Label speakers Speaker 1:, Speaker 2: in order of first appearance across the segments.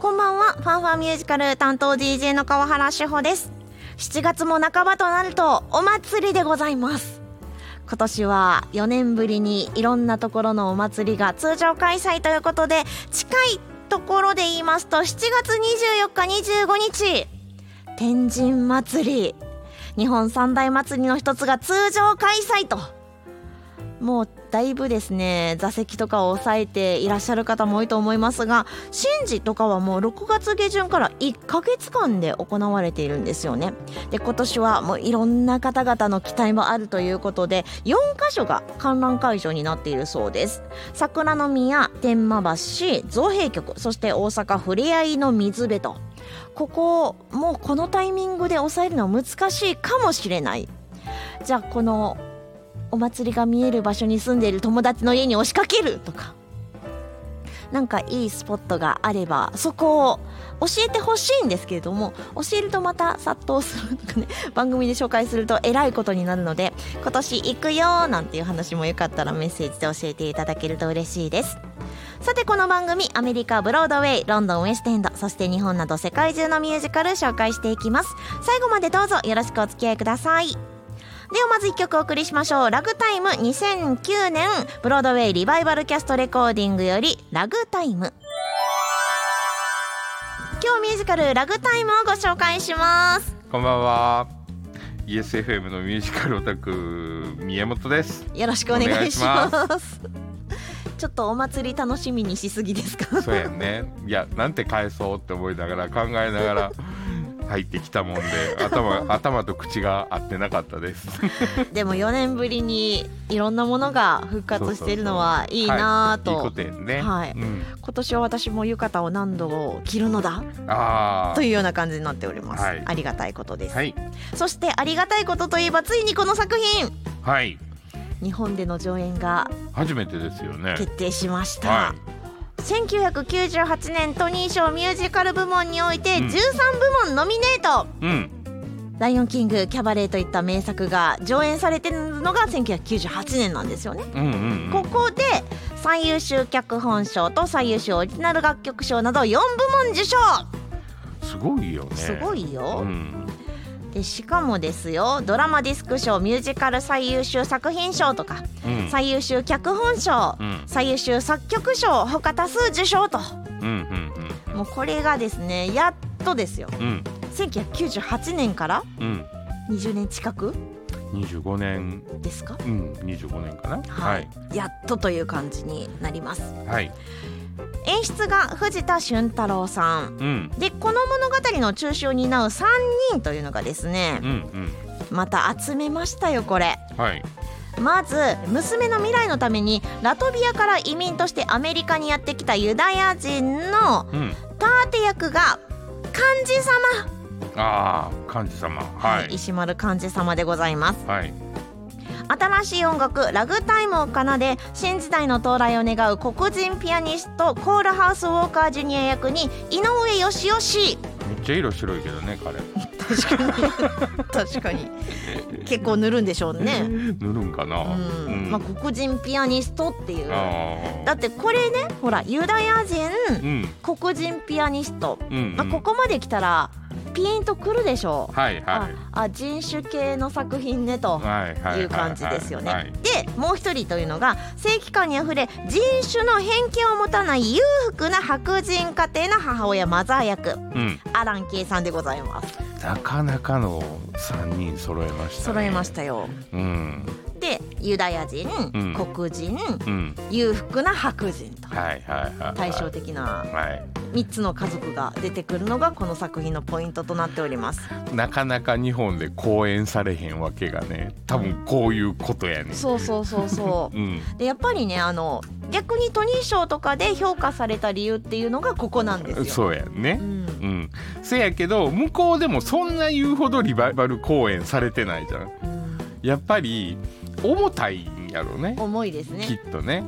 Speaker 1: ファンファミュージカル担当 DJ の川原志保です7月も半ばとなるとお祭りでございます今年は4年ぶりにいろんなところのお祭りが通常開催ということで近いところで言いますと7月24日25日天神祭り日本三大祭りの一つが通常開催ともうだいぶですね座席とかを抑えていらっしゃる方も多いと思いますが神事とかはもう6月下旬から1ヶ月間で行われているんですよねで今年はもういろんな方々の期待もあるということで4箇所が観覧会場になっているそうです桜の宮天満橋造幣局そして大阪ふれあいの水辺とここをもうこのタイミングで抑えるのは難しいかもしれないじゃあこのお祭りが見える場所に住んでいる友達の家に押しかけるとかなんかいいスポットがあればそこを教えてほしいんですけれども教えるとまた殺到するとかね 番組で紹介するとえらいことになるので今年行くよーなんていう話もよかったらメッセージで教えていただけると嬉しいです。さてこの番組アメリカブロードウェイロンドンウェストエンドそして日本など世界中のミュージカル紹介していきます最後までどうぞよろしくお付き合いくださいではまず1曲お送りしましょうラグタイム2009年ブロードウェイリバイバルキャストレコーディングよりラグタイム今日ミュージカルラグタイムをご紹介します
Speaker 2: こんばんは。ESFM のミュージカルオタク宮本です。
Speaker 1: よろしくお願いしま
Speaker 2: お
Speaker 1: すちょっとお祭り楽しみにしすぎですか
Speaker 2: そうやんね。いや、なんて返そうって思いながら考えながら入ってきたもんで、頭頭と口が合ってなかったです。
Speaker 1: でも4年ぶりにいろんなものが復活しているのはいいなぁと、
Speaker 2: はい、いいことやんね。
Speaker 1: はい
Speaker 2: うん、
Speaker 1: 今年は私も浴衣を何度着るのだ
Speaker 2: ああ
Speaker 1: と。いうような感じになっております、
Speaker 2: はい
Speaker 1: ありがたいことです、
Speaker 2: はい
Speaker 1: そしてありがたいことといえばついにこの作品
Speaker 2: はい。
Speaker 1: 日本での上演が
Speaker 2: 初めてですよね。
Speaker 1: 決定しました、
Speaker 2: は
Speaker 1: 1998年トニー賞ミュージカル部門において
Speaker 2: うん
Speaker 1: 13部門ノミネート、
Speaker 2: い。うん。
Speaker 1: ライオンキングキャバレーといった名作が上演されてるのが1998年なんですよね
Speaker 2: うんうんうん。
Speaker 1: ここで最優秀脚本賞と最優秀オリジナル楽曲賞など4部門受賞
Speaker 2: すごいよね。
Speaker 1: すごいよ
Speaker 2: う、ん。
Speaker 1: でしかもですよドラマディスク賞ミュージカル最優秀作品賞とか
Speaker 2: うん。
Speaker 1: 最優秀脚本賞
Speaker 2: うん
Speaker 1: 最優秀作曲賞他多数受賞と
Speaker 2: うんうんうん
Speaker 1: もうこれがですねやっとですよ
Speaker 2: うん
Speaker 1: 1998年から
Speaker 2: うん
Speaker 1: 20年近く
Speaker 2: うん。25年。
Speaker 1: ですか
Speaker 2: うん。25年かな。
Speaker 1: はい、やっとという感じになります
Speaker 2: はい。はい。
Speaker 1: 演出が藤田俊太郎さん
Speaker 2: うん。
Speaker 1: でこの物語の中心を担う3人というのがですね
Speaker 2: うん
Speaker 1: また集めましたよこれ
Speaker 2: うん。はい。
Speaker 1: まず娘の未来のためにラトビアから移民としてアメリカにやってきたユダヤ人の
Speaker 2: うん。
Speaker 1: ターテ役が幹事様、
Speaker 2: ああ、幹事様。は
Speaker 1: はい
Speaker 2: い。
Speaker 1: 石丸幹事様でございます
Speaker 2: はい。
Speaker 1: 新しい音楽ラグタイムを奏で新時代の到来を願う黒人ピアニストコールハウス・ウォーカー・ジュニア役に井上芳雄 氏
Speaker 2: めっちゃ色白いけどね、彼。
Speaker 1: 確かに確かに結構塗るんでしょうね、
Speaker 2: 塗るんかな。
Speaker 1: うん
Speaker 2: うん
Speaker 1: まあ、黒人ピアニストっていうだ
Speaker 2: ああ。
Speaker 1: ってこれねほらユダヤ人
Speaker 2: うん。
Speaker 1: 黒人ピアニスト、
Speaker 2: うん。
Speaker 1: まあ、ここまで来たらピンとくるでしょう、
Speaker 2: はいは
Speaker 1: ああ人種系の作品ねと
Speaker 2: い。。はいはい。
Speaker 1: いう感じですよね、
Speaker 2: はい
Speaker 1: でもう一人というのが正規感にあふれ人種の偏見を持たない裕福な白人家庭の母親マザー役
Speaker 2: うん。
Speaker 1: アラン・ケイさんでございます
Speaker 2: なかなかの三人揃えました。
Speaker 1: 揃えまし。たよ
Speaker 2: うん。
Speaker 1: でユダヤ人、
Speaker 2: うん
Speaker 1: 黒人
Speaker 2: うん。
Speaker 1: 裕福な白人と
Speaker 2: はいはいはい。
Speaker 1: 対照。的な
Speaker 2: はい。
Speaker 1: 3つの家族が出てくるのがこの作品のポイントとなっております
Speaker 2: なかなか日本で公演されへんわけがね。多分こういうことやね。
Speaker 1: そうそうそうそう
Speaker 2: ん。
Speaker 1: うでやっぱりねあの逆にトニー賞とかで評価された理由っていうのがここなんですよ
Speaker 2: そうやね。
Speaker 1: うん
Speaker 2: うん、せやけど向こうでもそんな言うほどリバイバル公演されてないじゃん
Speaker 1: うん
Speaker 2: やっぱり重たいんやろね
Speaker 1: 重いです
Speaker 2: き
Speaker 1: ね
Speaker 2: っとね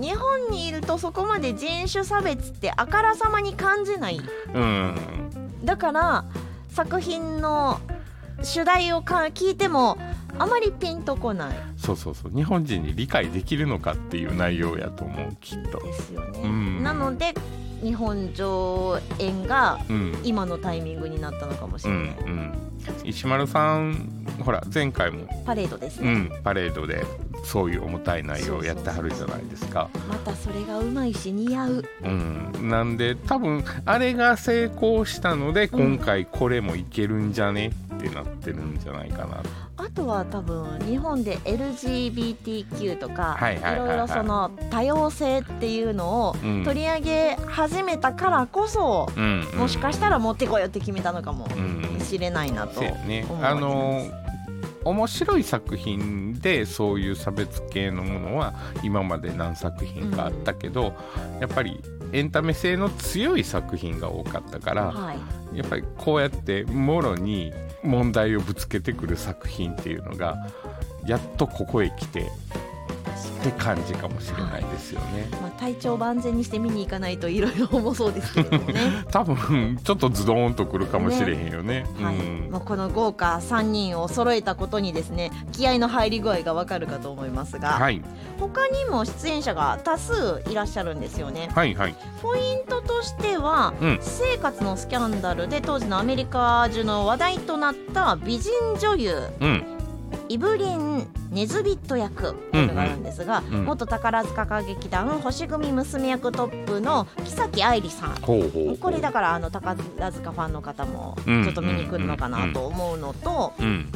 Speaker 1: 日本にいるとそこまで人種差別ってあからさまに感じない
Speaker 2: うん
Speaker 1: だから作品の主題をか聞いてもあまりピンとこない
Speaker 2: そうそうそう日本人に理解できるのかっていう内容やと思うきっと
Speaker 1: ですよね、
Speaker 2: うん
Speaker 1: なので日本上演が
Speaker 2: うん
Speaker 1: 今のタイミングになったのかもし
Speaker 2: う
Speaker 1: れ
Speaker 2: ん
Speaker 1: ない、
Speaker 2: うん石丸さんほら前回も、
Speaker 1: パレードです
Speaker 2: う
Speaker 1: ね、
Speaker 2: ん、パレードでそういう重たい内容をやってはるじゃないですか
Speaker 1: またそれがうまいし似合う
Speaker 2: うん、なんで多分あれが成功したので
Speaker 1: うん
Speaker 2: 今回これもいけるんじゃねってなってるんじゃないかな、
Speaker 1: あとは多分日本で LGBTQ とか、
Speaker 2: はいはいはいはい
Speaker 1: ろいろその多様性っていうのを
Speaker 2: うん
Speaker 1: 取り上げ始めたからこそ、
Speaker 2: うん
Speaker 1: もしか
Speaker 2: し
Speaker 1: したら持ってこようって決めたのかも
Speaker 2: うん
Speaker 1: しれないなと、
Speaker 2: そうやね
Speaker 1: 思います
Speaker 2: あの面白い作品でそういう差別系のものは今まで何作品かあったけど、やっぱりエンタメ性の強い作品が多かったから
Speaker 1: はい、
Speaker 2: やっぱりこうやってもろに問題をぶつけてくる作品っていうのがやっとここへ来てって感じかもしれないですよね。
Speaker 1: まあ、体調万全にして見に行かないといろいろ重そうですけれども ね
Speaker 2: 多分ちょっとズドーンとくるかもしれへんよね。
Speaker 1: はい、
Speaker 2: うん
Speaker 1: もうこの豪華3人を揃えたことにですね気合の入り具合がわかるかと思いますが、
Speaker 2: はい
Speaker 1: 他にも出演者が多数いらっしゃるんですよね
Speaker 2: はいはい。
Speaker 1: ポイントとしては、
Speaker 2: うん
Speaker 1: 私生活のスキャンダルで当時のアメリカ中の話題となった美人女優
Speaker 2: うん
Speaker 1: イブリン・ネズビット役というのがあるんですが、
Speaker 2: んうん
Speaker 1: 元宝塚歌劇団星組娘役トップの木崎愛理さん
Speaker 2: ほうほうほう。
Speaker 1: これだからあの宝塚ファンの方もちょっと見に来るのかなと思うのと
Speaker 2: うん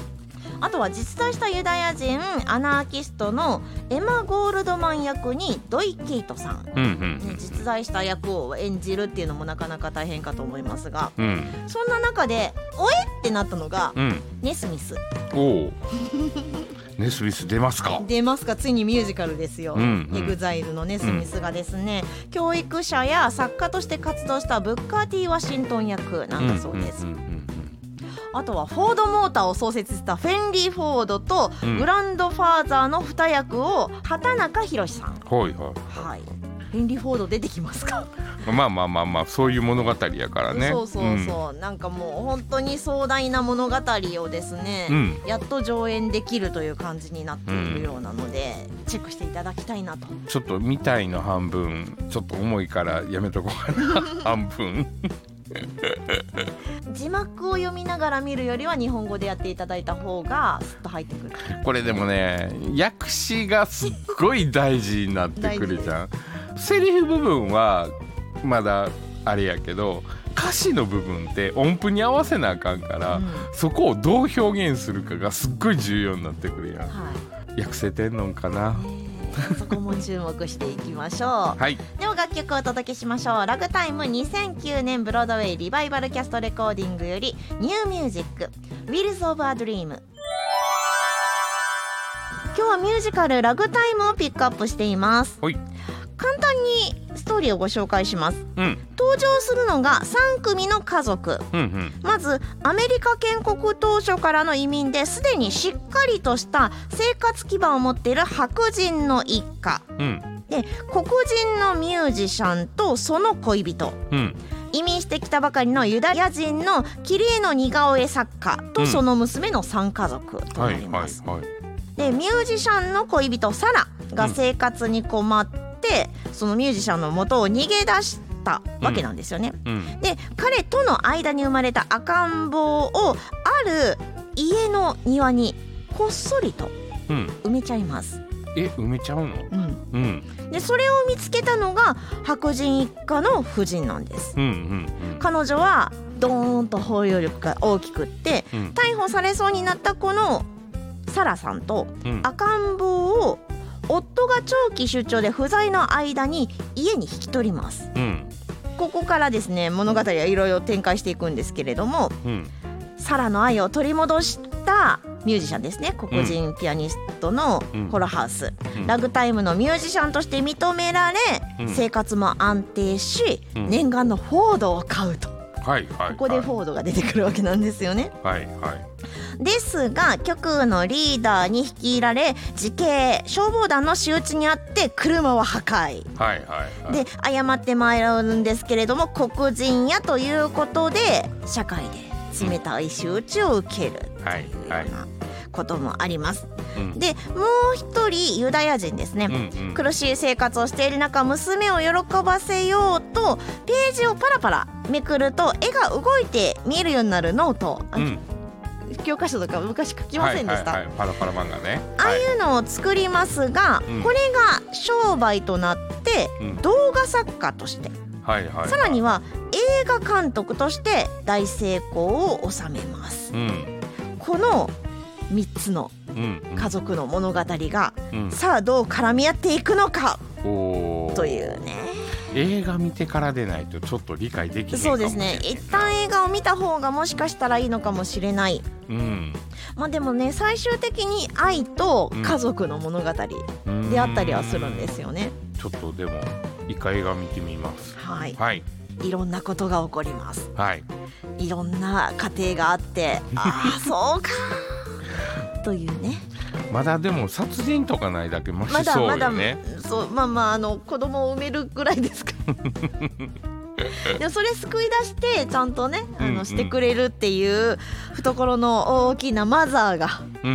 Speaker 1: あとは実在したユダヤ人アナーキストのエマ・ゴールドマン役にドイ・ケイトさん、ね
Speaker 2: うんうん
Speaker 1: 実在した役を演じるっていうのもなかなか大変かと思いますが
Speaker 2: うんうん
Speaker 1: そんな中で「おえ!」ってなったのが
Speaker 2: うん。
Speaker 1: ネスミス
Speaker 2: お お。ネスミス出ますか。
Speaker 1: 出ますかついにミュージカルですよ、
Speaker 2: うんうん
Speaker 1: エグザイルのネスミスがですね、教育者や作家として活動したブッカー・ティー・ワシントン役なんだそうです。
Speaker 2: んんうん
Speaker 1: あとはフォードモーターを創設したフェンリー・フォードと
Speaker 2: うん
Speaker 1: グランドファーザーの2役を畑中宏さん、
Speaker 2: うん。はいは
Speaker 1: はい、フェンリー・フォード出てきますか、
Speaker 2: い。まあまあまあまあそういう物語やからね。
Speaker 1: そうそうそう、なんかもう本当に壮大な物語をですね、
Speaker 2: うん
Speaker 1: やっと上演できるという感じになっているようなので、チェックしていただきたいなと
Speaker 2: うん。ちょっと見たいの半分ちょっと重いからやめとこうかな半 分。
Speaker 1: 字幕を読みながら見るよりは日本語でやっていただいた方がスッと入ってくる
Speaker 2: これでもね訳詞がすっごい大事になってくるじゃんセリフ部分はまだあれやけど歌詞の部分って音符に合わせなあかんから、
Speaker 1: うん
Speaker 2: そこをどう表現するかがすっごい重要になってくるやん
Speaker 1: は、
Speaker 2: 訳せてんのんかない
Speaker 1: ねえそこも注目していきましょう
Speaker 2: はい
Speaker 1: では楽曲をお届けしましょうラグタイム2009年ブロードウェイリバイバルキャストレコーディングよりニューミュージック「Wheels of a Dream」今日はミュージカル「ラグタイム」をピックアップしています
Speaker 2: ほい
Speaker 1: 簡単にストーリーをご紹介します
Speaker 2: うん
Speaker 1: 登場するのが3組の家族
Speaker 2: うんうん
Speaker 1: まずアメリカ建国当初からの移民ですでにしっかりとした生活基盤を持っている白人の一家
Speaker 2: うん
Speaker 1: で黒人のミュージシャンとその恋人
Speaker 2: うん
Speaker 1: 移民してきたばかりのユダヤ人のキリエの似顔絵作家
Speaker 2: う
Speaker 1: と
Speaker 2: ん
Speaker 1: その娘の3家族と
Speaker 2: は
Speaker 1: ないり
Speaker 2: は
Speaker 1: ます。
Speaker 2: いはい
Speaker 1: でミュージシャンの恋人サラが生活に困って、そのミュージシャンの元を逃げ出したわけなんですよね。
Speaker 2: うん
Speaker 1: で彼との間に生まれた赤ん坊をある家の庭にこっそりと
Speaker 2: うん
Speaker 1: 埋めちゃいます。
Speaker 2: え埋めちゃうの
Speaker 1: うん、
Speaker 2: うんうん
Speaker 1: でそれを見つけたのが白人一家の夫人なんです。
Speaker 2: うんうん
Speaker 1: 彼女はドーンと包容力が大きくって
Speaker 2: うん
Speaker 1: 逮捕されそうになったこのサラさんと
Speaker 2: うん
Speaker 1: 赤ん坊を夫が長期出張で不在の間に家に引き取ります
Speaker 2: うん
Speaker 1: ここからですね物語はいろいろ展開していくんですけれども
Speaker 2: うん
Speaker 1: サラの愛を取り戻したミュージシャンですね黒人ピアニストの
Speaker 2: うん
Speaker 1: ホロハウス、
Speaker 2: うん
Speaker 1: ラグタイムのミュージシャンとして認められ、
Speaker 2: うん
Speaker 1: 生活も安定し、
Speaker 2: うん
Speaker 1: 念願のフォードを買うとこ
Speaker 2: はいはい
Speaker 1: こでフォードが出てくるわけなんですよね。
Speaker 2: はいはい
Speaker 1: ですが局のリーダーに率いられ時警消防団の仕打ちにあって車は破壊。
Speaker 2: はいはいはい
Speaker 1: で謝って参るんですけれども黒人やということで社会で冷たい仕打ちを受ける
Speaker 2: はい
Speaker 1: というような
Speaker 2: はい
Speaker 1: こともあります
Speaker 2: うん
Speaker 1: でもう一人ユダヤ人ですね、
Speaker 2: うんうん
Speaker 1: 苦しい生活をしている中娘を喜ばせようとページをパラパラめくると絵が動いて見えるようになるノート、あ
Speaker 2: うん
Speaker 1: 教科書とか昔書きませんでした、
Speaker 2: はいはいはい、パラパラ漫画ね
Speaker 1: ああ
Speaker 2: はい
Speaker 1: いうのを作りますが、
Speaker 2: うん
Speaker 1: これが商売となって
Speaker 2: うん
Speaker 1: 動画作家として、
Speaker 2: はいはい
Speaker 1: さらには映画監督として大成功を収めます
Speaker 2: うん
Speaker 1: この3つの
Speaker 2: うんうん
Speaker 1: 家族の物語が
Speaker 2: うん
Speaker 1: さあどう絡み合っていくのか
Speaker 2: おー
Speaker 1: というね
Speaker 2: 映画見てからでないとちょっと理解できないか
Speaker 1: そ
Speaker 2: も
Speaker 1: う
Speaker 2: しれ
Speaker 1: で
Speaker 2: ない
Speaker 1: すね一旦映画を見た方がもしかしたらいいのかもしれない
Speaker 2: うん
Speaker 1: まあでもね最終的に愛と家族の物語
Speaker 2: うん
Speaker 1: であったりはするんですよね、
Speaker 2: ちょっとでも一回映画見てみます
Speaker 1: はい
Speaker 2: はい
Speaker 1: いろんなことが起こります
Speaker 2: はい
Speaker 1: いろんな家庭があってああそうかというね
Speaker 2: まだでも殺人とかないだけマ
Speaker 1: ま
Speaker 2: シ
Speaker 1: だ
Speaker 2: そ
Speaker 1: ま
Speaker 2: う
Speaker 1: だ
Speaker 2: よね
Speaker 1: そうまあまああの子供を産めるぐらいですから でもそれ救い出してちゃんとねあ
Speaker 2: うんう
Speaker 1: の
Speaker 2: ん
Speaker 1: してくれるっていう懐の大きなマザーが
Speaker 2: うんう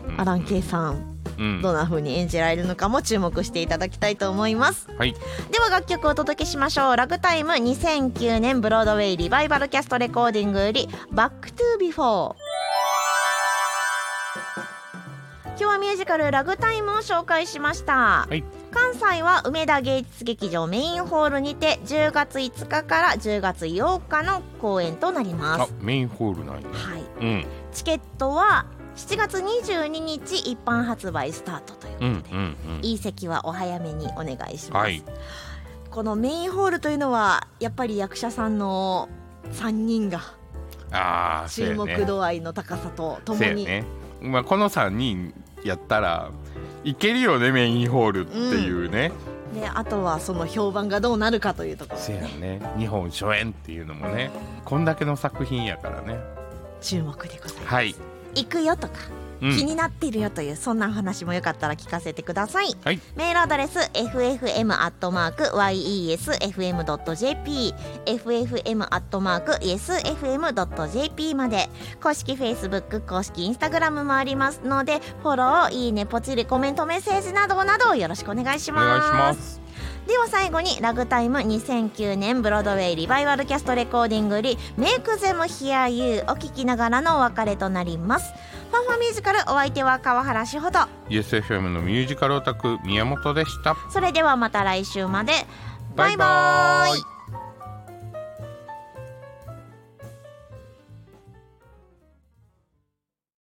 Speaker 2: んうんうん
Speaker 1: アラン・ケイさん
Speaker 2: うん
Speaker 1: どんな風に演じられるのかも注目していただきたいと思います
Speaker 2: はい
Speaker 1: では楽曲をお届けしましょうラグタイム2009年ブロードウェイリバイバルキャストレコーディングよりバックトゥービフォー今日はミュージカルラグタイムを紹介しました、
Speaker 2: はい
Speaker 1: 関西は梅田芸術劇場メインホールにて10月5日から10月8日の公演となりま
Speaker 2: あ
Speaker 1: す
Speaker 2: メインホールなんや
Speaker 1: はい
Speaker 2: うん
Speaker 1: チケットは7月22日一般発売スタートということ
Speaker 2: う
Speaker 1: で、
Speaker 2: んうんうん
Speaker 1: いい席はお早めにお願いします、
Speaker 2: はい
Speaker 1: このメインホールというのはやっぱり役者さんの3人が
Speaker 2: ああ
Speaker 1: 注目度合いの高さととも
Speaker 2: せや
Speaker 1: に、
Speaker 2: ね、まあ、この3人やったらいけるよねメインホールっていうね、
Speaker 1: であとはその評判がどうなるかというところ
Speaker 2: せやね日本初演っていうのもねこんだけの作品やからね
Speaker 1: 注目でございます、
Speaker 2: はい、
Speaker 1: 行くよとか、
Speaker 2: うん
Speaker 1: 気になってるよというそんなお話もよかったら聞かせてください
Speaker 2: はい
Speaker 1: メールアドレス ffm.yesfm.jp ffm.yesfm.jp まで公式 Facebook 公式 Instagram もありますのでフォローいいねポチリコメントメッセージなどなどよろしくお願いし
Speaker 2: お
Speaker 1: ます
Speaker 2: 願いします
Speaker 1: では最後にラグタイム2009年ブロードウェイリバイバルキャストレコーディングより「メイクゼムヒアユー」を聞きながらのお別れとなりますファンファミュージカルお相手は川原志ほと
Speaker 2: YesFM のミュージカルオタク宮本でした
Speaker 1: それではまた来週まで
Speaker 2: バイバーイ
Speaker 1: バイバーイ